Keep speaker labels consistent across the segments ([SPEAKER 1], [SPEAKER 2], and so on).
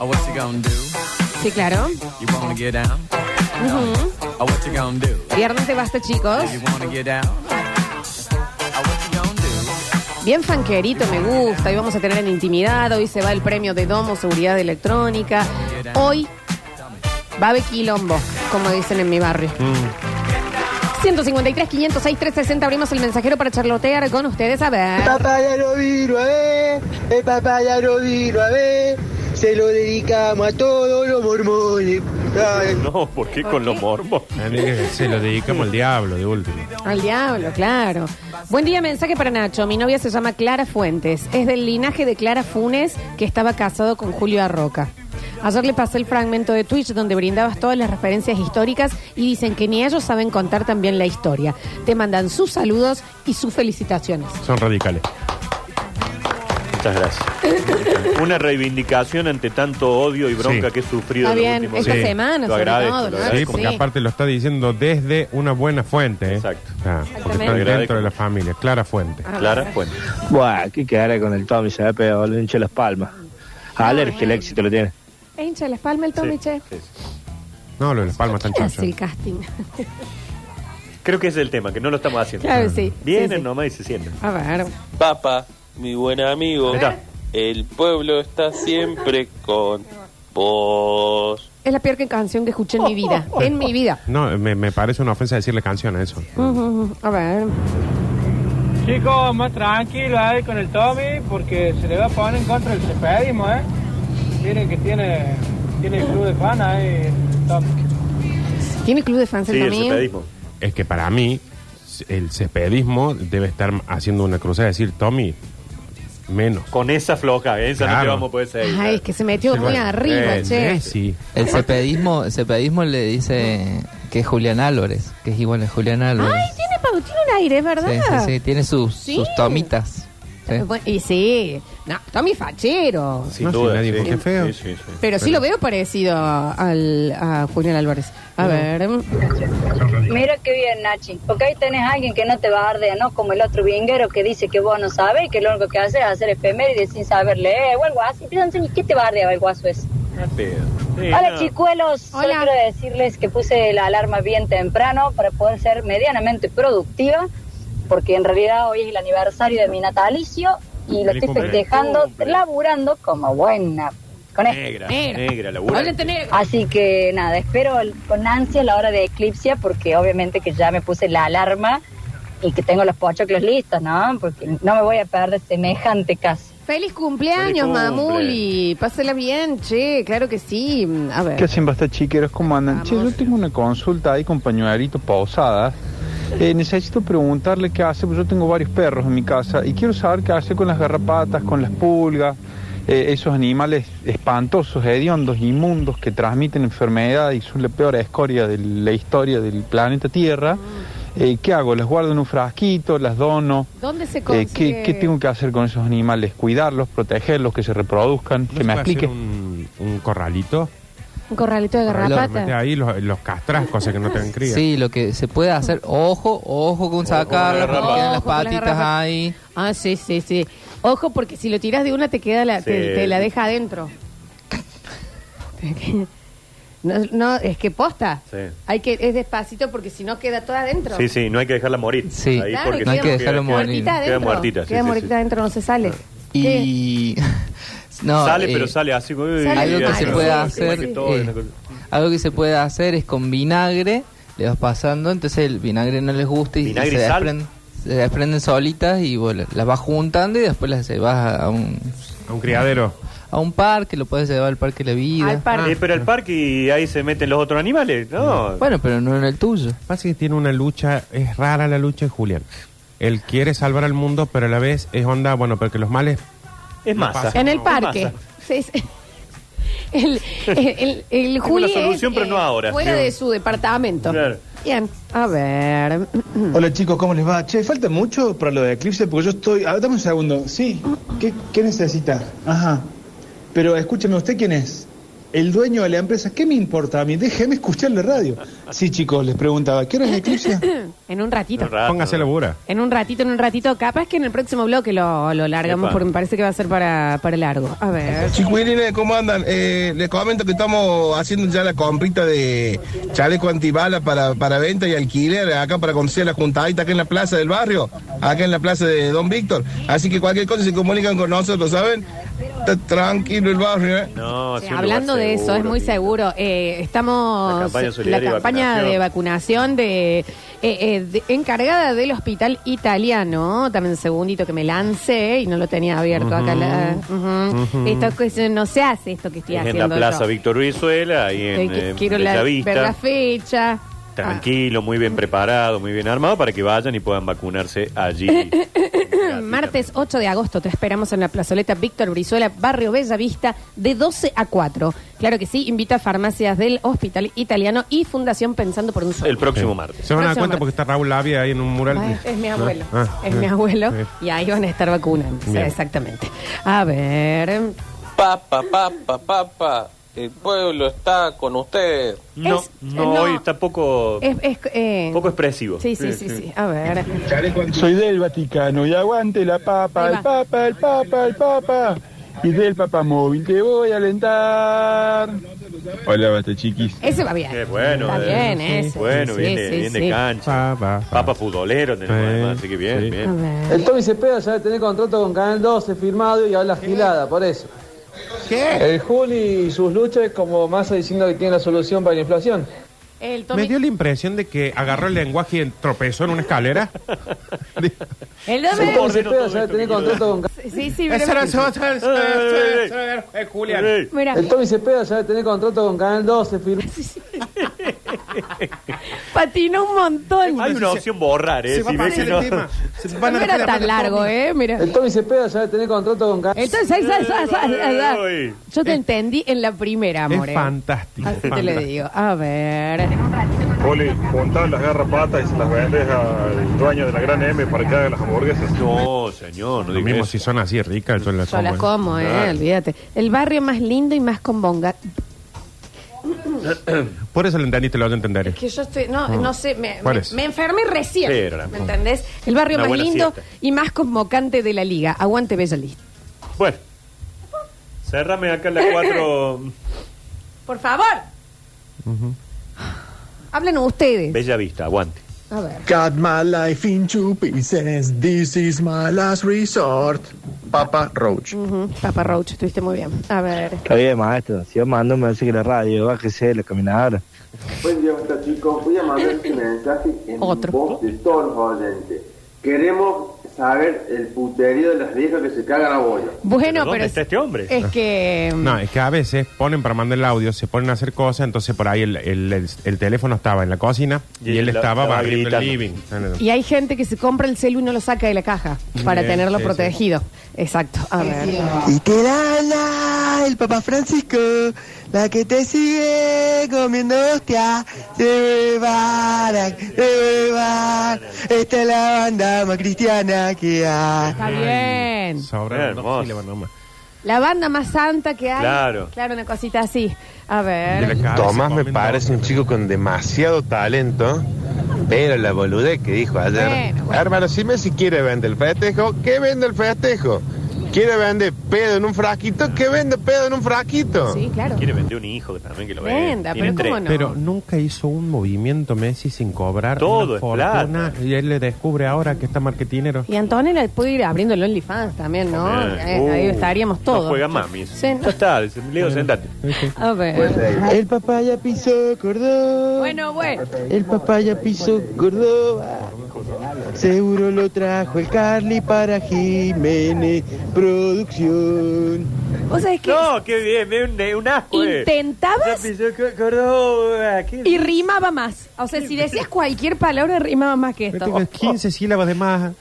[SPEAKER 1] Oh, gonna do?
[SPEAKER 2] Sí, claro.
[SPEAKER 1] You wanna get down?
[SPEAKER 2] Ujú.
[SPEAKER 1] Oh, what you gonna do?
[SPEAKER 2] Viernes de basta, chicos.
[SPEAKER 1] You wanna get down? Oh, what you gonna do?
[SPEAKER 2] Bien fanquerito, me gusta. Hoy vamos a tener en intimidad. Hoy se va el premio de Domo Seguridad Electrónica. Hoy va a haber quilombo, como dicen en mi barrio. 153, 506, 360. Abrimos el mensajero para charlotear con ustedes. A ver.
[SPEAKER 3] Papaya lo vino a ver, el papaya lo vino a ver, se lo dedicamos a todos los mormones. Ay,
[SPEAKER 4] No, ¿por qué
[SPEAKER 2] ¿Por
[SPEAKER 4] con
[SPEAKER 2] qué?
[SPEAKER 4] los mormos?
[SPEAKER 5] A mí que Ah, Se lo dedicamos al diablo, de último.
[SPEAKER 2] Al diablo, claro. Buen día, mensaje para Nacho. Mi novia se llama Clara Fuentes. Es del linaje de Clara Funes, que estaba casado con Julio Arroca. Ayer le pasé el fragmento de Twitch donde brindabas todas las referencias históricas y dicen que ni ellos saben contar también la historia. Te mandan sus saludos y sus felicitaciones.
[SPEAKER 5] Son radicales.
[SPEAKER 4] Muchas gracias. Una reivindicación ante tanto odio y bronca
[SPEAKER 5] Sí.
[SPEAKER 4] que he sufrido
[SPEAKER 2] Está
[SPEAKER 4] en los
[SPEAKER 2] bien,
[SPEAKER 4] últimos
[SPEAKER 2] esta
[SPEAKER 5] Sí.
[SPEAKER 4] días.
[SPEAKER 2] semana,
[SPEAKER 4] Lo
[SPEAKER 2] sobre
[SPEAKER 4] agradezco,
[SPEAKER 2] todo,
[SPEAKER 4] lo
[SPEAKER 2] ¿no?
[SPEAKER 4] agradezco.
[SPEAKER 5] Sí, porque
[SPEAKER 2] Sí.
[SPEAKER 5] aparte lo está diciendo desde una buena fuente. ¿eh?
[SPEAKER 4] Exacto.
[SPEAKER 5] Ah, porque
[SPEAKER 2] Exactamente.
[SPEAKER 5] están dentro de la familia. Clara Fuente.
[SPEAKER 2] Ah.
[SPEAKER 4] Clara, bueno.
[SPEAKER 6] Buah, qué cara con el Tommy, se ve pegado, le hincha las palmas. Aler, que el éxito lo tiene.
[SPEAKER 2] Eh, hincha, las palmas el Tommy,
[SPEAKER 4] sí,
[SPEAKER 2] che.
[SPEAKER 4] sí.
[SPEAKER 5] No, lo de las palmas están
[SPEAKER 2] ¿Quién hace el
[SPEAKER 5] chachos.
[SPEAKER 2] casting?
[SPEAKER 4] Creo que ese es el tema, que no lo estamos haciendo.
[SPEAKER 2] claro, sí.
[SPEAKER 4] Vienen
[SPEAKER 2] Sí, sí.
[SPEAKER 4] nomás y se sientan.
[SPEAKER 2] A ver.
[SPEAKER 7] Papa, mi buen amigo,
[SPEAKER 4] Ahí está.
[SPEAKER 7] el pueblo está siempre con vos.
[SPEAKER 2] Es la peor que- canción que escuché en mi vida. En mi vida.
[SPEAKER 5] No, me, me parece una ofensa decirle canción a eso.
[SPEAKER 2] Mm. Ujú, A ver.
[SPEAKER 8] Chicos, más tranquilo ahí con el Tommy porque se le va a poner en contra el cepedismo, ¿eh? Miren que tiene, tiene el club de fan ahí, el Tommy.
[SPEAKER 2] ¿Tiene club de fans
[SPEAKER 4] Sí,
[SPEAKER 2] el
[SPEAKER 4] el
[SPEAKER 2] Tommy?
[SPEAKER 4] cepedismo.
[SPEAKER 5] Es que para mí, el cespedismo debe estar haciendo una cruzada y decir, Tommy, menos.
[SPEAKER 4] Con esa floja, esa no te
[SPEAKER 5] Claro.
[SPEAKER 4] vamos a poder seguir.
[SPEAKER 2] Ay, es que se metió
[SPEAKER 5] Sí,
[SPEAKER 2] muy
[SPEAKER 5] bueno.
[SPEAKER 2] arriba,
[SPEAKER 5] Eh,
[SPEAKER 2] che.
[SPEAKER 5] eh, sí.
[SPEAKER 9] El cepedismo, el cepedismo le dice que es Julián Álvarez, que es igual a Julián Álvarez.
[SPEAKER 2] Ay, tiene, pa- tiene un aire,
[SPEAKER 9] sí,
[SPEAKER 2] ¿verdad?
[SPEAKER 9] sí, sí, tiene sus,
[SPEAKER 2] Sí.
[SPEAKER 9] sus tomitas. Sí.
[SPEAKER 2] Eh, bueno, Y sí, no, Tommy Fachero.
[SPEAKER 4] Sin
[SPEAKER 5] No, si
[SPEAKER 4] duda.
[SPEAKER 5] nadie
[SPEAKER 4] sí.
[SPEAKER 5] dijo que feo.
[SPEAKER 4] Sí, sí, sí.
[SPEAKER 2] Pero sí lo veo parecido a- al, a Julián Álvarez. A ver.
[SPEAKER 10] Mira qué bien, Nachi. Porque ahí tenés a alguien que no te bardea, ¿no? Como el otro vinguero que dice que vos no sabes y que lo único que hace es hacer efemérides sin saber leer o algo así. Piensen, ¿y qué te bardeaba el guaso ese?
[SPEAKER 4] Ah, pedo. Sí,
[SPEAKER 10] Hola,
[SPEAKER 4] no.
[SPEAKER 10] chicuelos. Hoy
[SPEAKER 2] Hola.
[SPEAKER 10] quiero decirles que puse la alarma bien temprano para poder ser medianamente productiva, porque en realidad hoy es el aniversario de mi natalicio y lo
[SPEAKER 5] Feliz
[SPEAKER 10] estoy
[SPEAKER 5] cumpleaños.
[SPEAKER 10] festejando,
[SPEAKER 4] Cumple.
[SPEAKER 10] laburando como buena con esto.
[SPEAKER 4] Negra,
[SPEAKER 2] Negra.
[SPEAKER 4] negra, labura.
[SPEAKER 2] Hola, tenés-
[SPEAKER 10] Así que nada, espero el- con ansia la hora de Eclipsia porque obviamente que ya me puse la alarma y que tengo los pochoclos listos, ¿no? Porque no me voy a perder semejante caso.
[SPEAKER 2] Feliz cumpleaños,
[SPEAKER 4] Feliz cumple.
[SPEAKER 2] Mamuli. Pásela bien, che, claro que sí. A ver.
[SPEAKER 11] ¿Qué hacen basta chiqueros? ¿Cómo andan? Che, yo
[SPEAKER 2] Vamos.
[SPEAKER 11] tengo una consulta ahí con pañuelito pausada. Eh, necesito preguntarle qué hace, porque yo tengo varios perros en mi casa y quiero saber qué hace con las garrapatas, con las pulgas, eh, esos animales espantosos, hediondos, inmundos que transmiten enfermedad y son la peor escoria de la historia del planeta Tierra. Eh, ¿Qué hago? ¿Las guardo en un frasquito? ¿Las dono?
[SPEAKER 2] ¿Dónde se
[SPEAKER 11] Eh,
[SPEAKER 2] consigue?
[SPEAKER 11] ¿qué, qué tengo que hacer con esos animales? ¿Cuidarlos, protegerlos, que se reproduzcan?
[SPEAKER 5] ¿No
[SPEAKER 11] que
[SPEAKER 5] se
[SPEAKER 11] me
[SPEAKER 5] puede hacer
[SPEAKER 11] explique.
[SPEAKER 5] Un, un corralito.
[SPEAKER 2] Un corralito de
[SPEAKER 5] Los metés
[SPEAKER 2] garrapata.
[SPEAKER 5] ahí los, los castras, cosas que no tengan cría.
[SPEAKER 9] Sí, lo que se puede hacer, ojo, ojo con sacarla,
[SPEAKER 4] garrapa.
[SPEAKER 9] porque quedan las
[SPEAKER 2] Ojo con la
[SPEAKER 9] patitas
[SPEAKER 2] garrapa.
[SPEAKER 9] ahí.
[SPEAKER 2] Ah, sí, sí, sí. Ojo, porque si lo tiras de una te queda la, te,
[SPEAKER 4] Sí.
[SPEAKER 2] te la deja adentro. No, no, es que posta.
[SPEAKER 4] Sí.
[SPEAKER 2] Hay que es despacito porque si no queda toda adentro.
[SPEAKER 4] Sí, sí, no hay que dejarla morir.
[SPEAKER 9] Sí.
[SPEAKER 4] Ahí
[SPEAKER 2] Claro,
[SPEAKER 4] porque
[SPEAKER 9] no hay
[SPEAKER 4] si
[SPEAKER 9] que dejarlo
[SPEAKER 4] queda-
[SPEAKER 9] morir.
[SPEAKER 2] Muertita adentro.
[SPEAKER 4] Queda muertita, sí,
[SPEAKER 2] Queda
[SPEAKER 4] sí,
[SPEAKER 2] muertita
[SPEAKER 4] sí.
[SPEAKER 2] adentro, no se sale. Eh, ¿Qué?
[SPEAKER 9] Y. no,
[SPEAKER 4] sale,
[SPEAKER 9] eh,
[SPEAKER 4] pero sale así. uy,
[SPEAKER 2] Sale
[SPEAKER 4] algo
[SPEAKER 2] mal,
[SPEAKER 4] que se
[SPEAKER 2] sí,
[SPEAKER 4] puede
[SPEAKER 2] sí,
[SPEAKER 4] hacer,
[SPEAKER 2] sí.
[SPEAKER 4] que todo,
[SPEAKER 9] Eh,
[SPEAKER 4] una cosa.
[SPEAKER 9] Algo que se puede hacer es con vinagre, le vas pasando, entonces el vinagre no les gusta y, y
[SPEAKER 4] Vinagre
[SPEAKER 9] se,
[SPEAKER 4] y sal.
[SPEAKER 9] desprenden, se desprenden solitas y bueno, las vas juntando y después las llevas a un,
[SPEAKER 5] A un criadero.
[SPEAKER 9] a un parque, lo puedes llevar al parque de la vida.
[SPEAKER 2] Al parque.
[SPEAKER 4] Eh, pero el parque y ahí se meten los otros animales, ¿no?
[SPEAKER 9] Bueno, pero no en el tuyo.
[SPEAKER 5] Pasa que Ah, tiene una lucha, es rara la lucha de Julián. Él quiere salvar al mundo, pero a la vez es onda, bueno, porque los males.
[SPEAKER 4] es masa.
[SPEAKER 5] pasa.
[SPEAKER 2] En el
[SPEAKER 4] Es
[SPEAKER 2] parque.
[SPEAKER 4] masa.
[SPEAKER 2] Sí, sí. El, el, el, el
[SPEAKER 4] una
[SPEAKER 2] Juli
[SPEAKER 4] solución,
[SPEAKER 2] es, eh,
[SPEAKER 4] pero no ahora.
[SPEAKER 2] fuera
[SPEAKER 4] Digo.
[SPEAKER 2] de su departamento.
[SPEAKER 4] Claro.
[SPEAKER 2] Bien, a ver.
[SPEAKER 3] Hola chicos, ¿cómo les va? Che, falta mucho para lo de Eclipse porque yo estoy... A ver, dame un segundo. Sí, ¿qué, qué necesita? Ajá. Pero escúcheme, ¿usted quién es?
[SPEAKER 12] el dueño de la empresa, ¿qué me importa a mí? Déjeme escuchar la radio. Sí, chicos, les preguntaba, ¿qué hora es el eclipse?
[SPEAKER 2] en un ratito.
[SPEAKER 5] Póngase labura.
[SPEAKER 2] En un ratito, en un ratito. Capaz que en el próximo bloque lo, lo largamos
[SPEAKER 13] Epa.
[SPEAKER 2] porque me parece que va a ser para, para largo. A ver.
[SPEAKER 13] Chiquilines, ¿cómo andan? Eh, les comento que estamos haciendo ya la comprita de chaleco antibala para, para venta y alquiler acá para conseguir la juntadita acá en la plaza del barrio, acá en la plaza de Don Víctor. Así que cualquier cosa se comunican con nosotros, ¿saben? Está tranquilo el barrio, ¿eh?
[SPEAKER 4] No,
[SPEAKER 2] Sí, Hablando de eso, es muy seguro. Eh, estamos
[SPEAKER 13] La campaña solidaria
[SPEAKER 2] la
[SPEAKER 13] y
[SPEAKER 2] campaña
[SPEAKER 13] vacunación.
[SPEAKER 2] de vacunación de, eh, eh, de- encargada del hospital italiano. Dame un segundito que me lancé y no lo tenía abierto acá. la- ujú.
[SPEAKER 4] Ujú.
[SPEAKER 2] Esto que- no se hace esto que estoy
[SPEAKER 4] Es en
[SPEAKER 2] haciendo
[SPEAKER 4] la plaza
[SPEAKER 2] yo.
[SPEAKER 4] Víctor Brizuela y en
[SPEAKER 2] Eh,
[SPEAKER 4] eh,
[SPEAKER 2] quiero la,
[SPEAKER 4] Bellavista.
[SPEAKER 2] ver la fecha.
[SPEAKER 4] Tranquilo, muy bien preparado, muy bien armado para que vayan y puedan vacunarse allí.
[SPEAKER 2] Martes 8 de agosto te esperamos en la plazoleta Víctor Brizuela, Barrio Bellavista, de 12 a 4. Claro que sí, invita a farmacias del Hospital Italiano y Fundación Pensando por un Sueño.
[SPEAKER 4] El próximo martes.
[SPEAKER 5] Se van a dar
[SPEAKER 2] Próximo
[SPEAKER 5] cuenta porque está Raúl Lavia ahí en un mural.
[SPEAKER 2] Ay, es mi
[SPEAKER 5] Ah,
[SPEAKER 2] abuelo,
[SPEAKER 5] ah,
[SPEAKER 2] es mi
[SPEAKER 5] eh,
[SPEAKER 2] abuelo
[SPEAKER 5] eh.
[SPEAKER 2] y ahí van a estar vacunando,
[SPEAKER 5] Bien.
[SPEAKER 2] exactamente. A ver,
[SPEAKER 7] Papa, papa, papa, el pueblo está con usted.
[SPEAKER 4] No,
[SPEAKER 2] Es-
[SPEAKER 4] no,
[SPEAKER 2] no.
[SPEAKER 4] hoy está poco,
[SPEAKER 2] es, es, eh,
[SPEAKER 4] poco expresivo.
[SPEAKER 2] sí, sí, sí, sí, a ver.
[SPEAKER 11] Soy del Vaticano y aguante la papa, el papa, el papa, el papa. Y del papa móvil te voy a alentar. Hola, bata chiquis.
[SPEAKER 2] Ese va bien.
[SPEAKER 4] Qué bueno. eh.
[SPEAKER 2] Está bien, ese.
[SPEAKER 4] Bueno,
[SPEAKER 2] Sí,
[SPEAKER 4] bien,
[SPEAKER 2] sí,
[SPEAKER 4] de, bien de
[SPEAKER 2] sí. Ah.
[SPEAKER 4] cancha. Papa futbolero tenemos, además, así que bien, bien.
[SPEAKER 14] El Tommy Cepeda ya debe tener contrato con Canal 12 firmado y habla gilada, por eso. ¿Qué? El Juli y sus luchas como masa diciendo que tiene la solución para la inflación.
[SPEAKER 2] El
[SPEAKER 5] Me
[SPEAKER 2] Tommy,
[SPEAKER 5] dio la impresión de que agarró el lenguaje y tropezó en una escalera.
[SPEAKER 2] el
[SPEAKER 14] El Tommy Cepeda ya
[SPEAKER 2] Tommy,
[SPEAKER 14] debe tener contrato con
[SPEAKER 2] sí, sí,
[SPEAKER 5] Ese era
[SPEAKER 2] pero-
[SPEAKER 5] el otro, el otro, el otro, el otro, el Julián.
[SPEAKER 2] Mira.
[SPEAKER 14] El Tommy Cepeda ya debe tener contrato con Canal 12 firmado.
[SPEAKER 2] patinó un montón.
[SPEAKER 4] Hay una opción borrar, ¿eh?
[SPEAKER 14] se va
[SPEAKER 4] Si
[SPEAKER 14] a
[SPEAKER 4] ves
[SPEAKER 14] poner
[SPEAKER 4] que
[SPEAKER 14] el
[SPEAKER 4] no-
[SPEAKER 14] tema.
[SPEAKER 2] No era tan largo, eh, mira.
[SPEAKER 14] El Tommy Cepeda ya debe tener contrato con Canal
[SPEAKER 2] Entonces, ahí, ahí, ahí, ahí, ahí, ahí. yo te entendí en la primera, amor. eh.
[SPEAKER 5] Es fantástico.
[SPEAKER 2] Así te lo digo. A ver.
[SPEAKER 15] Oli, juntás las garrapatas y se las vendes al dueño de la gran M para que haga las hamburguesas.
[SPEAKER 4] No, señor, no
[SPEAKER 5] Lo
[SPEAKER 4] digas
[SPEAKER 5] mismo
[SPEAKER 4] eso.
[SPEAKER 5] si son así ricas, yo las
[SPEAKER 2] Yo las como, eh, olvídate. El barrio más lindo y más con bonga.
[SPEAKER 5] Por eso lo entendiste, lo vas a entender.
[SPEAKER 2] Que yo estoy, no,
[SPEAKER 5] Mm.
[SPEAKER 2] no sé, me,
[SPEAKER 5] ¿Cuál
[SPEAKER 2] me-
[SPEAKER 5] es?
[SPEAKER 2] me enfermé recién.
[SPEAKER 5] Sí, era la-
[SPEAKER 2] ¿Me entendés? El barrio
[SPEAKER 5] Una
[SPEAKER 2] más
[SPEAKER 5] buena
[SPEAKER 2] lindo
[SPEAKER 5] siesta.
[SPEAKER 2] y más convocante de la liga. Aguante Bellalista.
[SPEAKER 4] Bueno, cerrame acá las cuatro.
[SPEAKER 2] Por favor. Hablen ustedes.
[SPEAKER 4] Bella vista, aguante.
[SPEAKER 2] A ver.
[SPEAKER 16] Cut my life in two pieces. This is my last resort. Papa Roach.
[SPEAKER 2] Ujú, Papa Roach, estuviste muy bien. A ver.
[SPEAKER 6] Está bien, maestro. Si yo mando un mensaje a la radio, bájese de la caminadora.
[SPEAKER 17] Buen día, basta, chicos. Voy a mandar este mensaje en voz de todos los oyentes. Queremos saber el puterío de las viejas que se cagan a bollo.
[SPEAKER 2] Bueno, pero, es-
[SPEAKER 5] este hombre?
[SPEAKER 2] es que.
[SPEAKER 5] No, es que a veces ponen para mandar el audio, se ponen a hacer cosas, entonces por ahí el, el- el- el teléfono estaba en la cocina y, él
[SPEAKER 4] la-
[SPEAKER 5] estaba
[SPEAKER 4] estaba
[SPEAKER 5] barriendo el living.
[SPEAKER 4] gritando.
[SPEAKER 2] mm, Y hay gente que se compra el celu y no lo saca de la caja para
[SPEAKER 5] Bien,
[SPEAKER 2] tenerlo
[SPEAKER 5] sí, sí.
[SPEAKER 2] protegido. Exacto. A ver.
[SPEAKER 18] Y que la, la, el Papa Francisco, la que te sigue comiendo hostia, de Barak, de Barak. Esta es la banda más cristiana que hay.
[SPEAKER 2] Está bien.
[SPEAKER 5] Sobra dos sílabas nomás.
[SPEAKER 2] La banda más santa que hay.
[SPEAKER 19] Claro.
[SPEAKER 2] Claro, una cosita así. A ver.
[SPEAKER 19] Tomás me parece un chico con demasiado talento, pero la boludez que dijo ayer. Hermano, si Messi quiere vender el festejo, que vende el festejo. Quiere vender pedo en un frasquito, que vende pedo en un frasquito.
[SPEAKER 2] Sí, claro.
[SPEAKER 4] Quiere vender un hijo también que lo vea.
[SPEAKER 2] Venda,
[SPEAKER 4] Tiene
[SPEAKER 2] pero ¿cómo
[SPEAKER 4] tres.
[SPEAKER 2] no?
[SPEAKER 5] Pero nunca hizo un movimiento Messi sin cobrar
[SPEAKER 4] Todo
[SPEAKER 5] una
[SPEAKER 4] es
[SPEAKER 5] fortuna y él le descubre ahora que está marketinero.
[SPEAKER 2] Y Antonella puede ir abriendo el OnlyFans también, ¿no?
[SPEAKER 5] También.
[SPEAKER 2] Eh, ahí
[SPEAKER 5] Uh,
[SPEAKER 2] estaríamos todos.
[SPEAKER 4] Ah. No juega mami.
[SPEAKER 2] Sí, no.
[SPEAKER 4] Ya está, dice, Leo, sentate.
[SPEAKER 2] A ver.
[SPEAKER 18] El papaya pisó Córdoba.
[SPEAKER 2] Bueno, bueno.
[SPEAKER 18] El papaya pisó Córdoba. Seguro lo trajo el Carly para Jiménez Producción.
[SPEAKER 2] ¿Vos sabés qué?
[SPEAKER 4] No, qué bien, me un, un asco. eh.
[SPEAKER 2] Intentabas
[SPEAKER 4] Ya pisó Co- Córdoba, qué
[SPEAKER 2] y rimaba más. O sea, si decías cualquier palabra, rimaba más que esto. Eh,
[SPEAKER 5] Tengo 15 sílabas de más.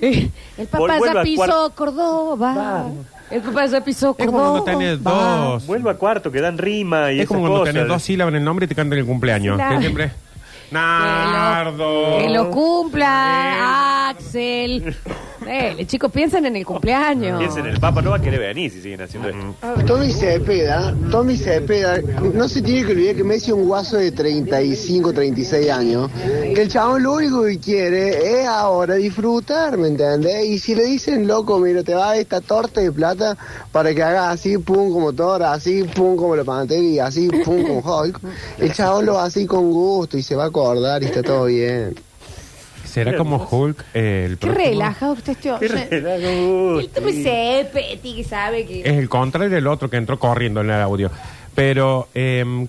[SPEAKER 2] El papá
[SPEAKER 5] Vuelve
[SPEAKER 2] ya
[SPEAKER 5] a
[SPEAKER 2] pisó
[SPEAKER 5] cuar-
[SPEAKER 2] Córdoba. El papá ya pisó
[SPEAKER 5] Es como cuando
[SPEAKER 2] Córdoba.
[SPEAKER 5] tenés dos.
[SPEAKER 4] Vuelvo a cuarto, que dan rima y
[SPEAKER 5] Es como
[SPEAKER 4] esas
[SPEAKER 5] cuando
[SPEAKER 4] cosas.
[SPEAKER 5] tenés dos sílabas en el nombre y te cantan el cumpleaños.
[SPEAKER 2] Claro.
[SPEAKER 5] Que siempre. Nardo.
[SPEAKER 2] Que lo cumpla, Axel. Dele, chicos, piensen en el cumpleaños.
[SPEAKER 4] Piensen, el Papa no va a querer venir si siguen haciendo esto.
[SPEAKER 2] Ah,
[SPEAKER 20] Tommy Cepeda, Tommy Cepeda, no se tiene que olvidar que Messi es un guaso de 35, 36 años, que el chabón lo único que quiere es ahora disfrutar, ¿me entendés? Y si le dicen, loco, mira, te va esta torta de plata para que hagas así, pum, como Thor, así, pum, como la Pantera y así, pum, como Hulk, el chabón lo va así con gusto y se va a acordar y está todo bien.
[SPEAKER 5] ¿Será como Hulk eh, el
[SPEAKER 2] Qué
[SPEAKER 5] próximo?
[SPEAKER 2] relajado usted, este hombre. El Tommy Cepeda, que sabe que...
[SPEAKER 5] Es el contrario del otro que entró corriendo en el audio. Pero, eh,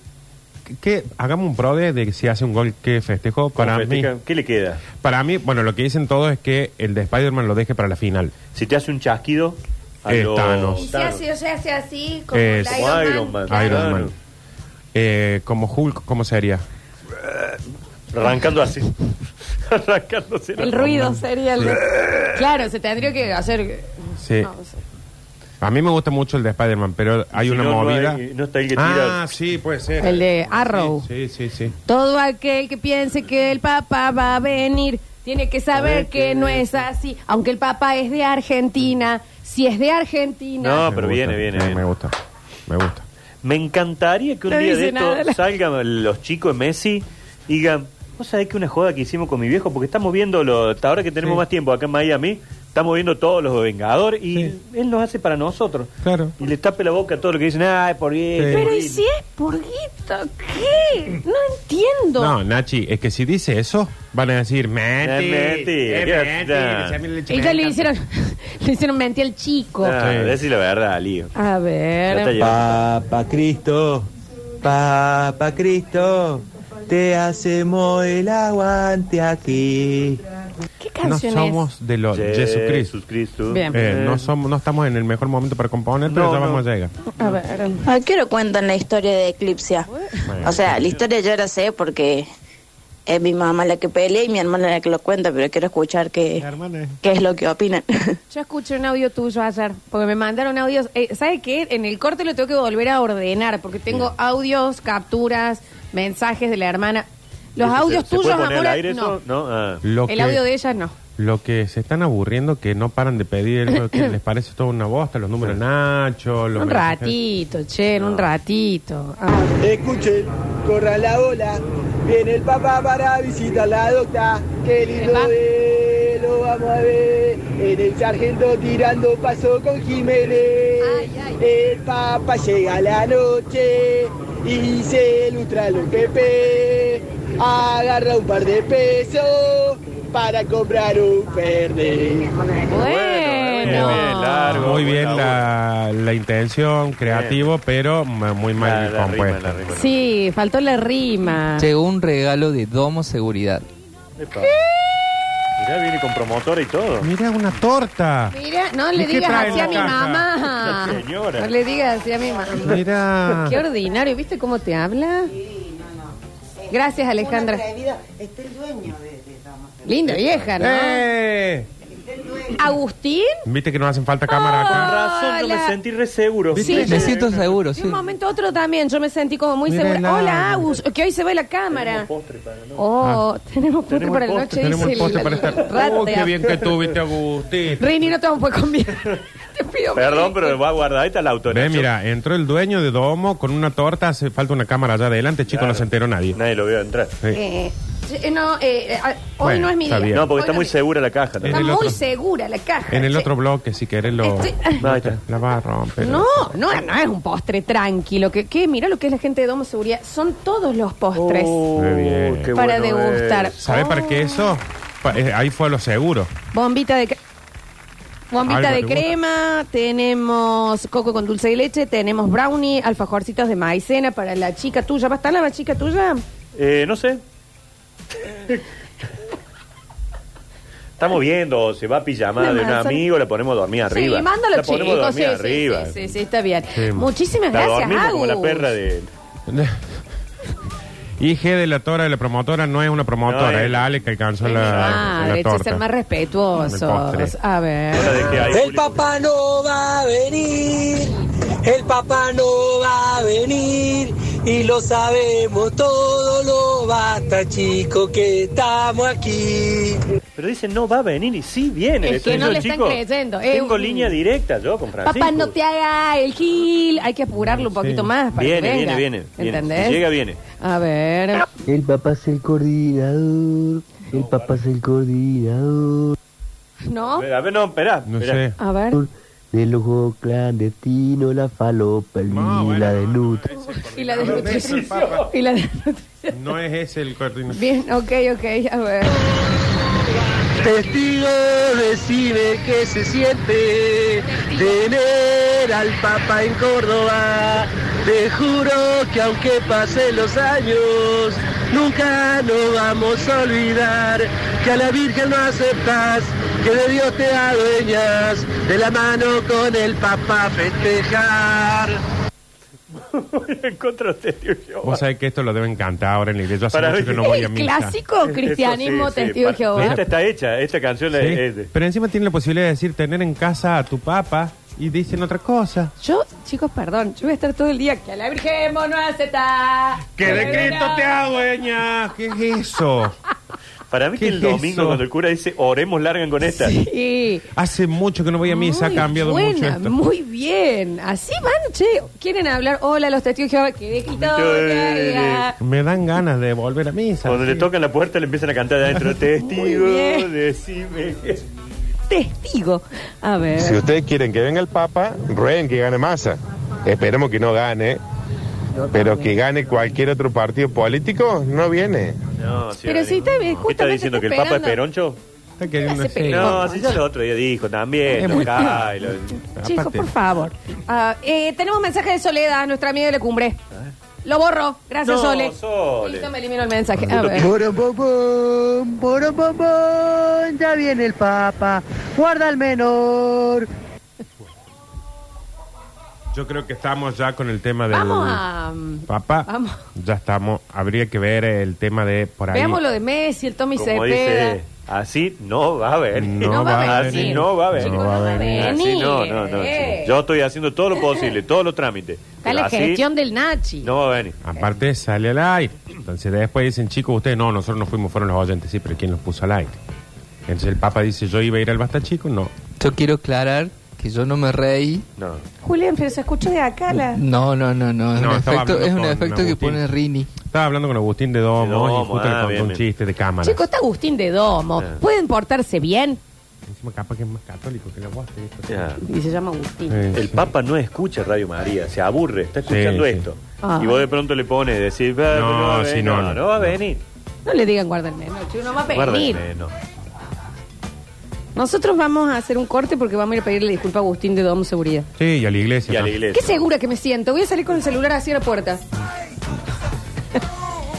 [SPEAKER 5] ¿qué? Hagamos un pro de, de si hace un gol que festejó para mí.
[SPEAKER 4] Festejan, ¿Qué le queda?
[SPEAKER 5] Para mí, bueno, lo que dicen todos es que el de Spider-Man lo deje para la final.
[SPEAKER 4] Si te hace un chasquido, a
[SPEAKER 5] Eh,
[SPEAKER 4] lo-
[SPEAKER 5] Thanos.
[SPEAKER 21] Y se hace, o se hace así, como
[SPEAKER 5] Eh,
[SPEAKER 21] el Iron, Man.
[SPEAKER 4] Ah,
[SPEAKER 21] claro.
[SPEAKER 5] Iron Man. Eh, como Hulk, ¿cómo sería?
[SPEAKER 4] Arrancando así. Arrancándose.
[SPEAKER 2] El ruido sería el... Claro, se tendría que hacer...
[SPEAKER 5] Sí. A mí me gusta mucho el de Spider-Man, pero hay
[SPEAKER 4] Si
[SPEAKER 5] una
[SPEAKER 4] no, no
[SPEAKER 5] movida.
[SPEAKER 4] hay- no está el que tira.
[SPEAKER 5] ah, sí, puede ser.
[SPEAKER 2] El de Arrow.
[SPEAKER 5] Sí, sí, sí.
[SPEAKER 2] Todo aquel que piense que el papá va a venir tiene que saber
[SPEAKER 5] Saber
[SPEAKER 2] que no es así. Aunque el papá es de Argentina, si es de Argentina.
[SPEAKER 4] No, pero viene, viene,
[SPEAKER 5] Me gusta. Me gusta.
[SPEAKER 4] Me encantaría que un
[SPEAKER 2] No
[SPEAKER 4] día de
[SPEAKER 2] dice
[SPEAKER 4] esto
[SPEAKER 2] nada la-
[SPEAKER 4] salgan los chicos de Messi y digan, vos sabés que una joda que hicimos con mi viejo, porque estamos viendo, lo, hasta ahora que tenemos más tiempo acá en Miami, estamos viendo todos los Vengadores y él nos hace para nosotros.
[SPEAKER 5] Claro.
[SPEAKER 4] Y le tape la boca a todo lo que dicen, ay, por bien.
[SPEAKER 21] Pero ¿y si es purguito? ¿Qué? No entiendo.
[SPEAKER 5] No, Nachi, es que si dice eso, van a decir, Menti.
[SPEAKER 4] mentira, ya está".
[SPEAKER 2] Y ya le hicieron, le hicieron mentir al chico.
[SPEAKER 4] Ah, decí la verdad, lío.
[SPEAKER 2] A ver.
[SPEAKER 22] Papa Cristo, Papa Cristo, te hacemos el aguante aquí.
[SPEAKER 2] ¿Qué
[SPEAKER 5] No
[SPEAKER 2] canción es?
[SPEAKER 5] somos de los Jesucristo.
[SPEAKER 4] Jesucristo.
[SPEAKER 2] Bien.
[SPEAKER 5] Eh, no, somos, no estamos en el mejor momento para componer, pero
[SPEAKER 22] No,
[SPEAKER 5] ya
[SPEAKER 22] no.
[SPEAKER 5] vamos a llegar.
[SPEAKER 2] A ver.
[SPEAKER 23] ¿A qué hora cuentan la historia de Eclipsia? O sea, la historia yo la sé porque es mi mamá la que pelea y mi hermana la que lo cuenta, pero quiero escuchar
[SPEAKER 4] Eh,
[SPEAKER 2] Eh,
[SPEAKER 23] qué,
[SPEAKER 5] eh.
[SPEAKER 23] qué es lo que opinan.
[SPEAKER 2] Yo escuché un audio tuyo ayer, porque me mandaron audios. Eh, ¿Sabe qué? En el corte lo tengo que volver a ordenar, porque tengo audios, capturas, mensajes de la hermana. Los
[SPEAKER 4] ¿Se-
[SPEAKER 2] audios
[SPEAKER 4] se
[SPEAKER 2] tuyos,
[SPEAKER 4] puede poner
[SPEAKER 2] amor,
[SPEAKER 4] al aire
[SPEAKER 2] no.
[SPEAKER 4] eso? No, ah.
[SPEAKER 5] Lo
[SPEAKER 2] El
[SPEAKER 5] que-
[SPEAKER 2] audio de ella no.
[SPEAKER 5] Lo que se están aburriendo, que no paran de pedir, lo que les parece toda una bosta, los números Nacho, los
[SPEAKER 2] En un
[SPEAKER 5] mensajes.
[SPEAKER 2] ratito, che, en un ratito. Ah.
[SPEAKER 22] Escuchen, corra la ola, viene el papá para visitar la docta, qué lindo es, lo vamos a ver, en el sargento tirando paso con Jiménez, el papá llega a la noche y se ilustra los Pepe, agarra un par de pesos para comprar un verde.
[SPEAKER 5] Muy
[SPEAKER 4] Bien, bien, largo,
[SPEAKER 5] muy
[SPEAKER 4] buen
[SPEAKER 5] bien
[SPEAKER 4] laburo.
[SPEAKER 5] la, la intención, creativo, pero ma- muy mal
[SPEAKER 4] La- la rima,
[SPEAKER 5] compuesta.
[SPEAKER 2] Sí, faltó la rima.
[SPEAKER 9] Llegó un regalo de Domo Seguridad.
[SPEAKER 4] Epa. Mirá, viene con promotora y todo.
[SPEAKER 5] Mira una torta.
[SPEAKER 2] Mira, no le
[SPEAKER 4] ¿Y qué
[SPEAKER 2] digas
[SPEAKER 4] trae
[SPEAKER 2] así
[SPEAKER 4] en
[SPEAKER 2] a mi
[SPEAKER 4] la caja?
[SPEAKER 2] mamá.
[SPEAKER 4] La señora.
[SPEAKER 2] No le digas así a mi mamá.
[SPEAKER 5] Mira.
[SPEAKER 2] Qué ordinario, ¿viste cómo te habla? Eh, Gracias, Alejandra.
[SPEAKER 24] Está el dueño de,
[SPEAKER 2] Linda vieja, ¿no?
[SPEAKER 5] ¡Eh!
[SPEAKER 2] Agustín.
[SPEAKER 5] ¿Viste que no hacen falta cámara
[SPEAKER 18] Ah.
[SPEAKER 5] acá?
[SPEAKER 4] Razón, no me
[SPEAKER 2] Hola.
[SPEAKER 4] sentí re seguro.
[SPEAKER 2] Sí, Me yo- siento
[SPEAKER 9] seguro,
[SPEAKER 2] De un momento a otro también, yo me sentí como muy
[SPEAKER 4] Mira
[SPEAKER 2] segura.
[SPEAKER 4] la-
[SPEAKER 2] Hola, Agus, que hoy se ve la cámara. Oh, tenemos postre para la noche,
[SPEAKER 5] Ah. Tenemos
[SPEAKER 2] dice
[SPEAKER 5] un postre
[SPEAKER 2] el-
[SPEAKER 5] para
[SPEAKER 2] el
[SPEAKER 5] estar.
[SPEAKER 2] rato
[SPEAKER 5] Oh,
[SPEAKER 2] de
[SPEAKER 5] qué
[SPEAKER 2] af-
[SPEAKER 5] bien que tuviste, Agustín.
[SPEAKER 2] Rini, no te vamos a poder convidar. Te pido
[SPEAKER 4] Perdón, pero va a guardar esta la
[SPEAKER 5] Ve,
[SPEAKER 4] autoridad.
[SPEAKER 5] mira, entró el dueño de Domo con una torta, hace falta una cámara allá adelante, chico, no se enteró nadie.
[SPEAKER 4] Nadie lo vio entrar.
[SPEAKER 2] Eh, eh, no, eh, eh, ah, hoy
[SPEAKER 5] Bueno,
[SPEAKER 2] no es mi
[SPEAKER 5] está
[SPEAKER 2] día.
[SPEAKER 5] bien.
[SPEAKER 4] No, porque
[SPEAKER 2] Hoy
[SPEAKER 4] está muy segura la caja.
[SPEAKER 5] En
[SPEAKER 2] Está
[SPEAKER 5] el
[SPEAKER 2] muy
[SPEAKER 5] otro-
[SPEAKER 2] segura la caja.
[SPEAKER 5] En el
[SPEAKER 2] che.
[SPEAKER 5] otro bloque, si querés, lo...
[SPEAKER 2] Estoy-
[SPEAKER 18] Ah,
[SPEAKER 5] La va a romper.
[SPEAKER 2] No, no, no es un postre tranquilo. Que, que mira lo que es la gente de Domo Seguridad. Son todos los postres.
[SPEAKER 4] Oh.
[SPEAKER 5] Muy bien.
[SPEAKER 2] qué Para bueno degustar. es.
[SPEAKER 5] ¿Sabes para qué eso? Pa- eh, ahí fue a lo seguro.
[SPEAKER 2] Bombita de cre- Bombita
[SPEAKER 5] Algo
[SPEAKER 2] de
[SPEAKER 5] te gusta.
[SPEAKER 2] crema, tenemos coco con dulce de leche, tenemos brownie, alfajorcitos de maicena para la chica tuya. ¿Va a estar la chica tuya?
[SPEAKER 4] Eh, no sé. Estamos viendo, se va a pijamada de un
[SPEAKER 2] Además,
[SPEAKER 4] amigo, la ponemos a dormir arriba.
[SPEAKER 2] Sí, mándalo
[SPEAKER 4] la ponemos a
[SPEAKER 2] chicos. Sí,
[SPEAKER 4] dormir
[SPEAKER 2] sí,
[SPEAKER 4] arriba.
[SPEAKER 2] sí, sí, sí, está bien.
[SPEAKER 5] Sí.
[SPEAKER 2] Muchísimas
[SPEAKER 4] La
[SPEAKER 2] gracias,
[SPEAKER 4] dormimos como
[SPEAKER 2] Agus.
[SPEAKER 4] la perra de...
[SPEAKER 5] IG de la tora de la promotora no es una promotora,
[SPEAKER 4] No, es-
[SPEAKER 5] es
[SPEAKER 18] eh.
[SPEAKER 5] la Ale que alcanzó la,
[SPEAKER 2] Madre,
[SPEAKER 5] la
[SPEAKER 2] hay que ser
[SPEAKER 5] torta.
[SPEAKER 2] más respetuosos.
[SPEAKER 5] postre.
[SPEAKER 2] A ver.
[SPEAKER 22] El papá no va a venir, el papá no va a venir, y lo sabemos todo, lo basta, chico, que estamos aquí.
[SPEAKER 4] Pero dicen, no va a venir y sí viene.
[SPEAKER 2] Es
[SPEAKER 4] Estoy
[SPEAKER 2] que no
[SPEAKER 4] yo,
[SPEAKER 2] le están
[SPEAKER 4] chico,
[SPEAKER 2] creyendo. Eh,
[SPEAKER 4] Tengo
[SPEAKER 2] un-
[SPEAKER 4] línea directa yo con Francisco.
[SPEAKER 2] Papá, no te haga el gil. Hay que apurarlo un poquito más Ah, para que
[SPEAKER 4] Viene, viene,
[SPEAKER 2] venga.
[SPEAKER 4] viene, viene.
[SPEAKER 2] ¿Entendés?
[SPEAKER 4] Si llega, viene.
[SPEAKER 2] A ver.
[SPEAKER 18] El papá es el coordinador. El papá es el coordinador.
[SPEAKER 2] ¿No?
[SPEAKER 4] A ver, a ver, no, esperá. No
[SPEAKER 2] A ver.
[SPEAKER 18] De los juegos clandestinos, la falopa, el vino, la de
[SPEAKER 2] Y la
[SPEAKER 5] No, no es el
[SPEAKER 2] desnutrición.
[SPEAKER 5] Papa.
[SPEAKER 2] Y la de-
[SPEAKER 5] No es ese el coordinador.
[SPEAKER 2] Bien, ok, ok. A ver.
[SPEAKER 18] Testigo de cine que se siente tener al Papa en Córdoba. Te juro que aunque pasen los años, nunca nos vamos a olvidar que a la Virgen no aceptas, que de Dios te adueñas, de la mano con el Papa festejar.
[SPEAKER 4] En contra de Dios.
[SPEAKER 5] Vos sabés que esto lo deben cantar ahora en la iglesia. Yo hace
[SPEAKER 4] Para
[SPEAKER 5] mucho
[SPEAKER 4] ver-
[SPEAKER 5] que no voy a
[SPEAKER 2] El
[SPEAKER 5] misa.
[SPEAKER 2] clásico Oh, cristianismo testigo de
[SPEAKER 4] para-
[SPEAKER 2] Jehová.
[SPEAKER 4] Esta está hecha, esta canción
[SPEAKER 5] Sí,
[SPEAKER 4] es- es de-
[SPEAKER 5] Pero encima tiene la posibilidad de decir tener en casa a tu papa y dicen otra cosa.
[SPEAKER 2] Yo, chicos, perdón, yo voy a estar todo el día que a la Virgen no acepta.
[SPEAKER 5] ¡Que de Cristo te adueñas! ¿Qué es eso?
[SPEAKER 4] Para mí que
[SPEAKER 5] ¿Qué
[SPEAKER 4] el
[SPEAKER 5] es
[SPEAKER 4] domingo
[SPEAKER 5] eso?
[SPEAKER 4] cuando el cura dice, oremos, largan con esta.
[SPEAKER 2] Sí.
[SPEAKER 5] Hace mucho que no voy a misa, ha
[SPEAKER 2] Muy
[SPEAKER 5] cambiado
[SPEAKER 2] buena,
[SPEAKER 5] mucho esto.
[SPEAKER 2] Muy bien. Así van, che. ¿Quieren hablar? Hola, los testigos de Jehová. Que de Cristo te haga.
[SPEAKER 5] Me dan ganas de volver a misa.
[SPEAKER 4] Cuando le tocan la puerta le empiezan a cantar de adentro, testigo,
[SPEAKER 2] bien.
[SPEAKER 4] decime. que-".
[SPEAKER 2] Testigo. A ver.
[SPEAKER 19] Si ustedes quieren que venga el Papa, rueguen que gane Massa. Esperemos que no gane. Pero que gane cualquier otro partido político, no viene.
[SPEAKER 4] No, sí,
[SPEAKER 2] Pero si está bien,
[SPEAKER 4] ¿Qué está
[SPEAKER 2] justamente
[SPEAKER 4] diciendo que
[SPEAKER 2] está
[SPEAKER 4] el Papa es
[SPEAKER 2] esperando.
[SPEAKER 4] peroncho?
[SPEAKER 5] Está queriendo
[SPEAKER 2] Hace
[SPEAKER 5] decir-
[SPEAKER 4] No, si ya el otro día dijo también.
[SPEAKER 5] Es
[SPEAKER 4] no
[SPEAKER 5] muy-
[SPEAKER 4] cae, lo-
[SPEAKER 2] Chicos, por favor. Ah, eh, tenemos mensaje de Soledad, nuestra amiga de la cumbre. Lo borro. Gracias,
[SPEAKER 4] No,
[SPEAKER 2] Sole.
[SPEAKER 4] Sole.
[SPEAKER 2] Listo, me elimino el mensaje. A ver.
[SPEAKER 18] Borobobón, borobobón, ya viene el Papa, guarda al menor.
[SPEAKER 5] Yo creo que estamos ya con el tema del
[SPEAKER 2] Vamos a.
[SPEAKER 5] Papa.
[SPEAKER 2] Vamos.
[SPEAKER 5] Ya estamos. Habría que ver el tema de por ahí.
[SPEAKER 2] Veamos lo de Messi, el Tommy
[SPEAKER 4] Como
[SPEAKER 2] Cepeda.
[SPEAKER 4] dice, así no va a haber.
[SPEAKER 5] No va a venir.
[SPEAKER 4] Así no va a haber.
[SPEAKER 5] Chicos, no va a venir.
[SPEAKER 4] Así no, no, no.
[SPEAKER 2] Eh.
[SPEAKER 4] Yo estoy haciendo todo lo posible, todos los trámites.
[SPEAKER 2] Está
[SPEAKER 4] Pero
[SPEAKER 2] la
[SPEAKER 4] así
[SPEAKER 2] gestión del Nachi.
[SPEAKER 4] No va a venir.
[SPEAKER 5] Aparte sale al aire. Entonces después dicen, chicos, ustedes no, nosotros no fuimos, fueron los oyentes, sí, pero ¿quién los puso al aire? Entonces el Papa dice, yo iba a ir al Basta Chico, no.
[SPEAKER 9] Yo quiero aclarar que yo no me reí.
[SPEAKER 4] No.
[SPEAKER 2] Julián, pero se escuchó de acá la.
[SPEAKER 9] No, no, no, no. Es
[SPEAKER 5] No, estaba
[SPEAKER 9] un efecto,
[SPEAKER 5] hablando
[SPEAKER 9] es un
[SPEAKER 5] con
[SPEAKER 9] efecto que
[SPEAKER 5] Agustín.
[SPEAKER 9] pone Rini.
[SPEAKER 5] Estaba hablando con Agustín de Domo,
[SPEAKER 4] Domo,
[SPEAKER 5] y justo
[SPEAKER 4] ah,
[SPEAKER 5] le contó
[SPEAKER 4] bien,
[SPEAKER 5] un
[SPEAKER 4] bien.
[SPEAKER 5] chiste de cámara.
[SPEAKER 2] Chico, está Agustín de Domo.
[SPEAKER 5] Ah.
[SPEAKER 2] Pueden portarse bien.
[SPEAKER 5] Encima capaz que es más católico que la guasta. y esto.
[SPEAKER 4] Ya.
[SPEAKER 2] Y se llama Agustín.
[SPEAKER 4] El Papa no escucha Radio María, se aburre, está escuchando
[SPEAKER 5] Sí, sí.
[SPEAKER 4] esto.
[SPEAKER 2] Ah.
[SPEAKER 4] Y vos de pronto le pones, decís, "Ah,
[SPEAKER 5] No,
[SPEAKER 4] va a
[SPEAKER 5] sí,
[SPEAKER 4] venir".
[SPEAKER 5] no, no.
[SPEAKER 4] no, va a venir.
[SPEAKER 2] No le digan guarda el menor, chico, no va a venir.
[SPEAKER 4] Guárdame, no.
[SPEAKER 2] Nosotros vamos a hacer un corte porque vamos a ir a pedirle disculpa a Agustín de Domo Seguridad.
[SPEAKER 5] Sí, y a la iglesia.
[SPEAKER 4] Y a la
[SPEAKER 5] también.
[SPEAKER 4] iglesia.
[SPEAKER 2] Qué segura que me siento. Voy a salir con el celular así a la puerta.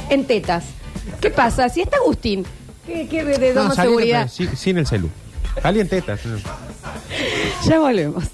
[SPEAKER 2] en tetas. ¿Qué pasa? Si está Agustín, ¿qué, qué de, de
[SPEAKER 5] No,
[SPEAKER 2] Domo
[SPEAKER 5] salí de-
[SPEAKER 2] Seguridad?
[SPEAKER 5] sí, sin el celu. Calientetas.
[SPEAKER 2] Ya volvemos.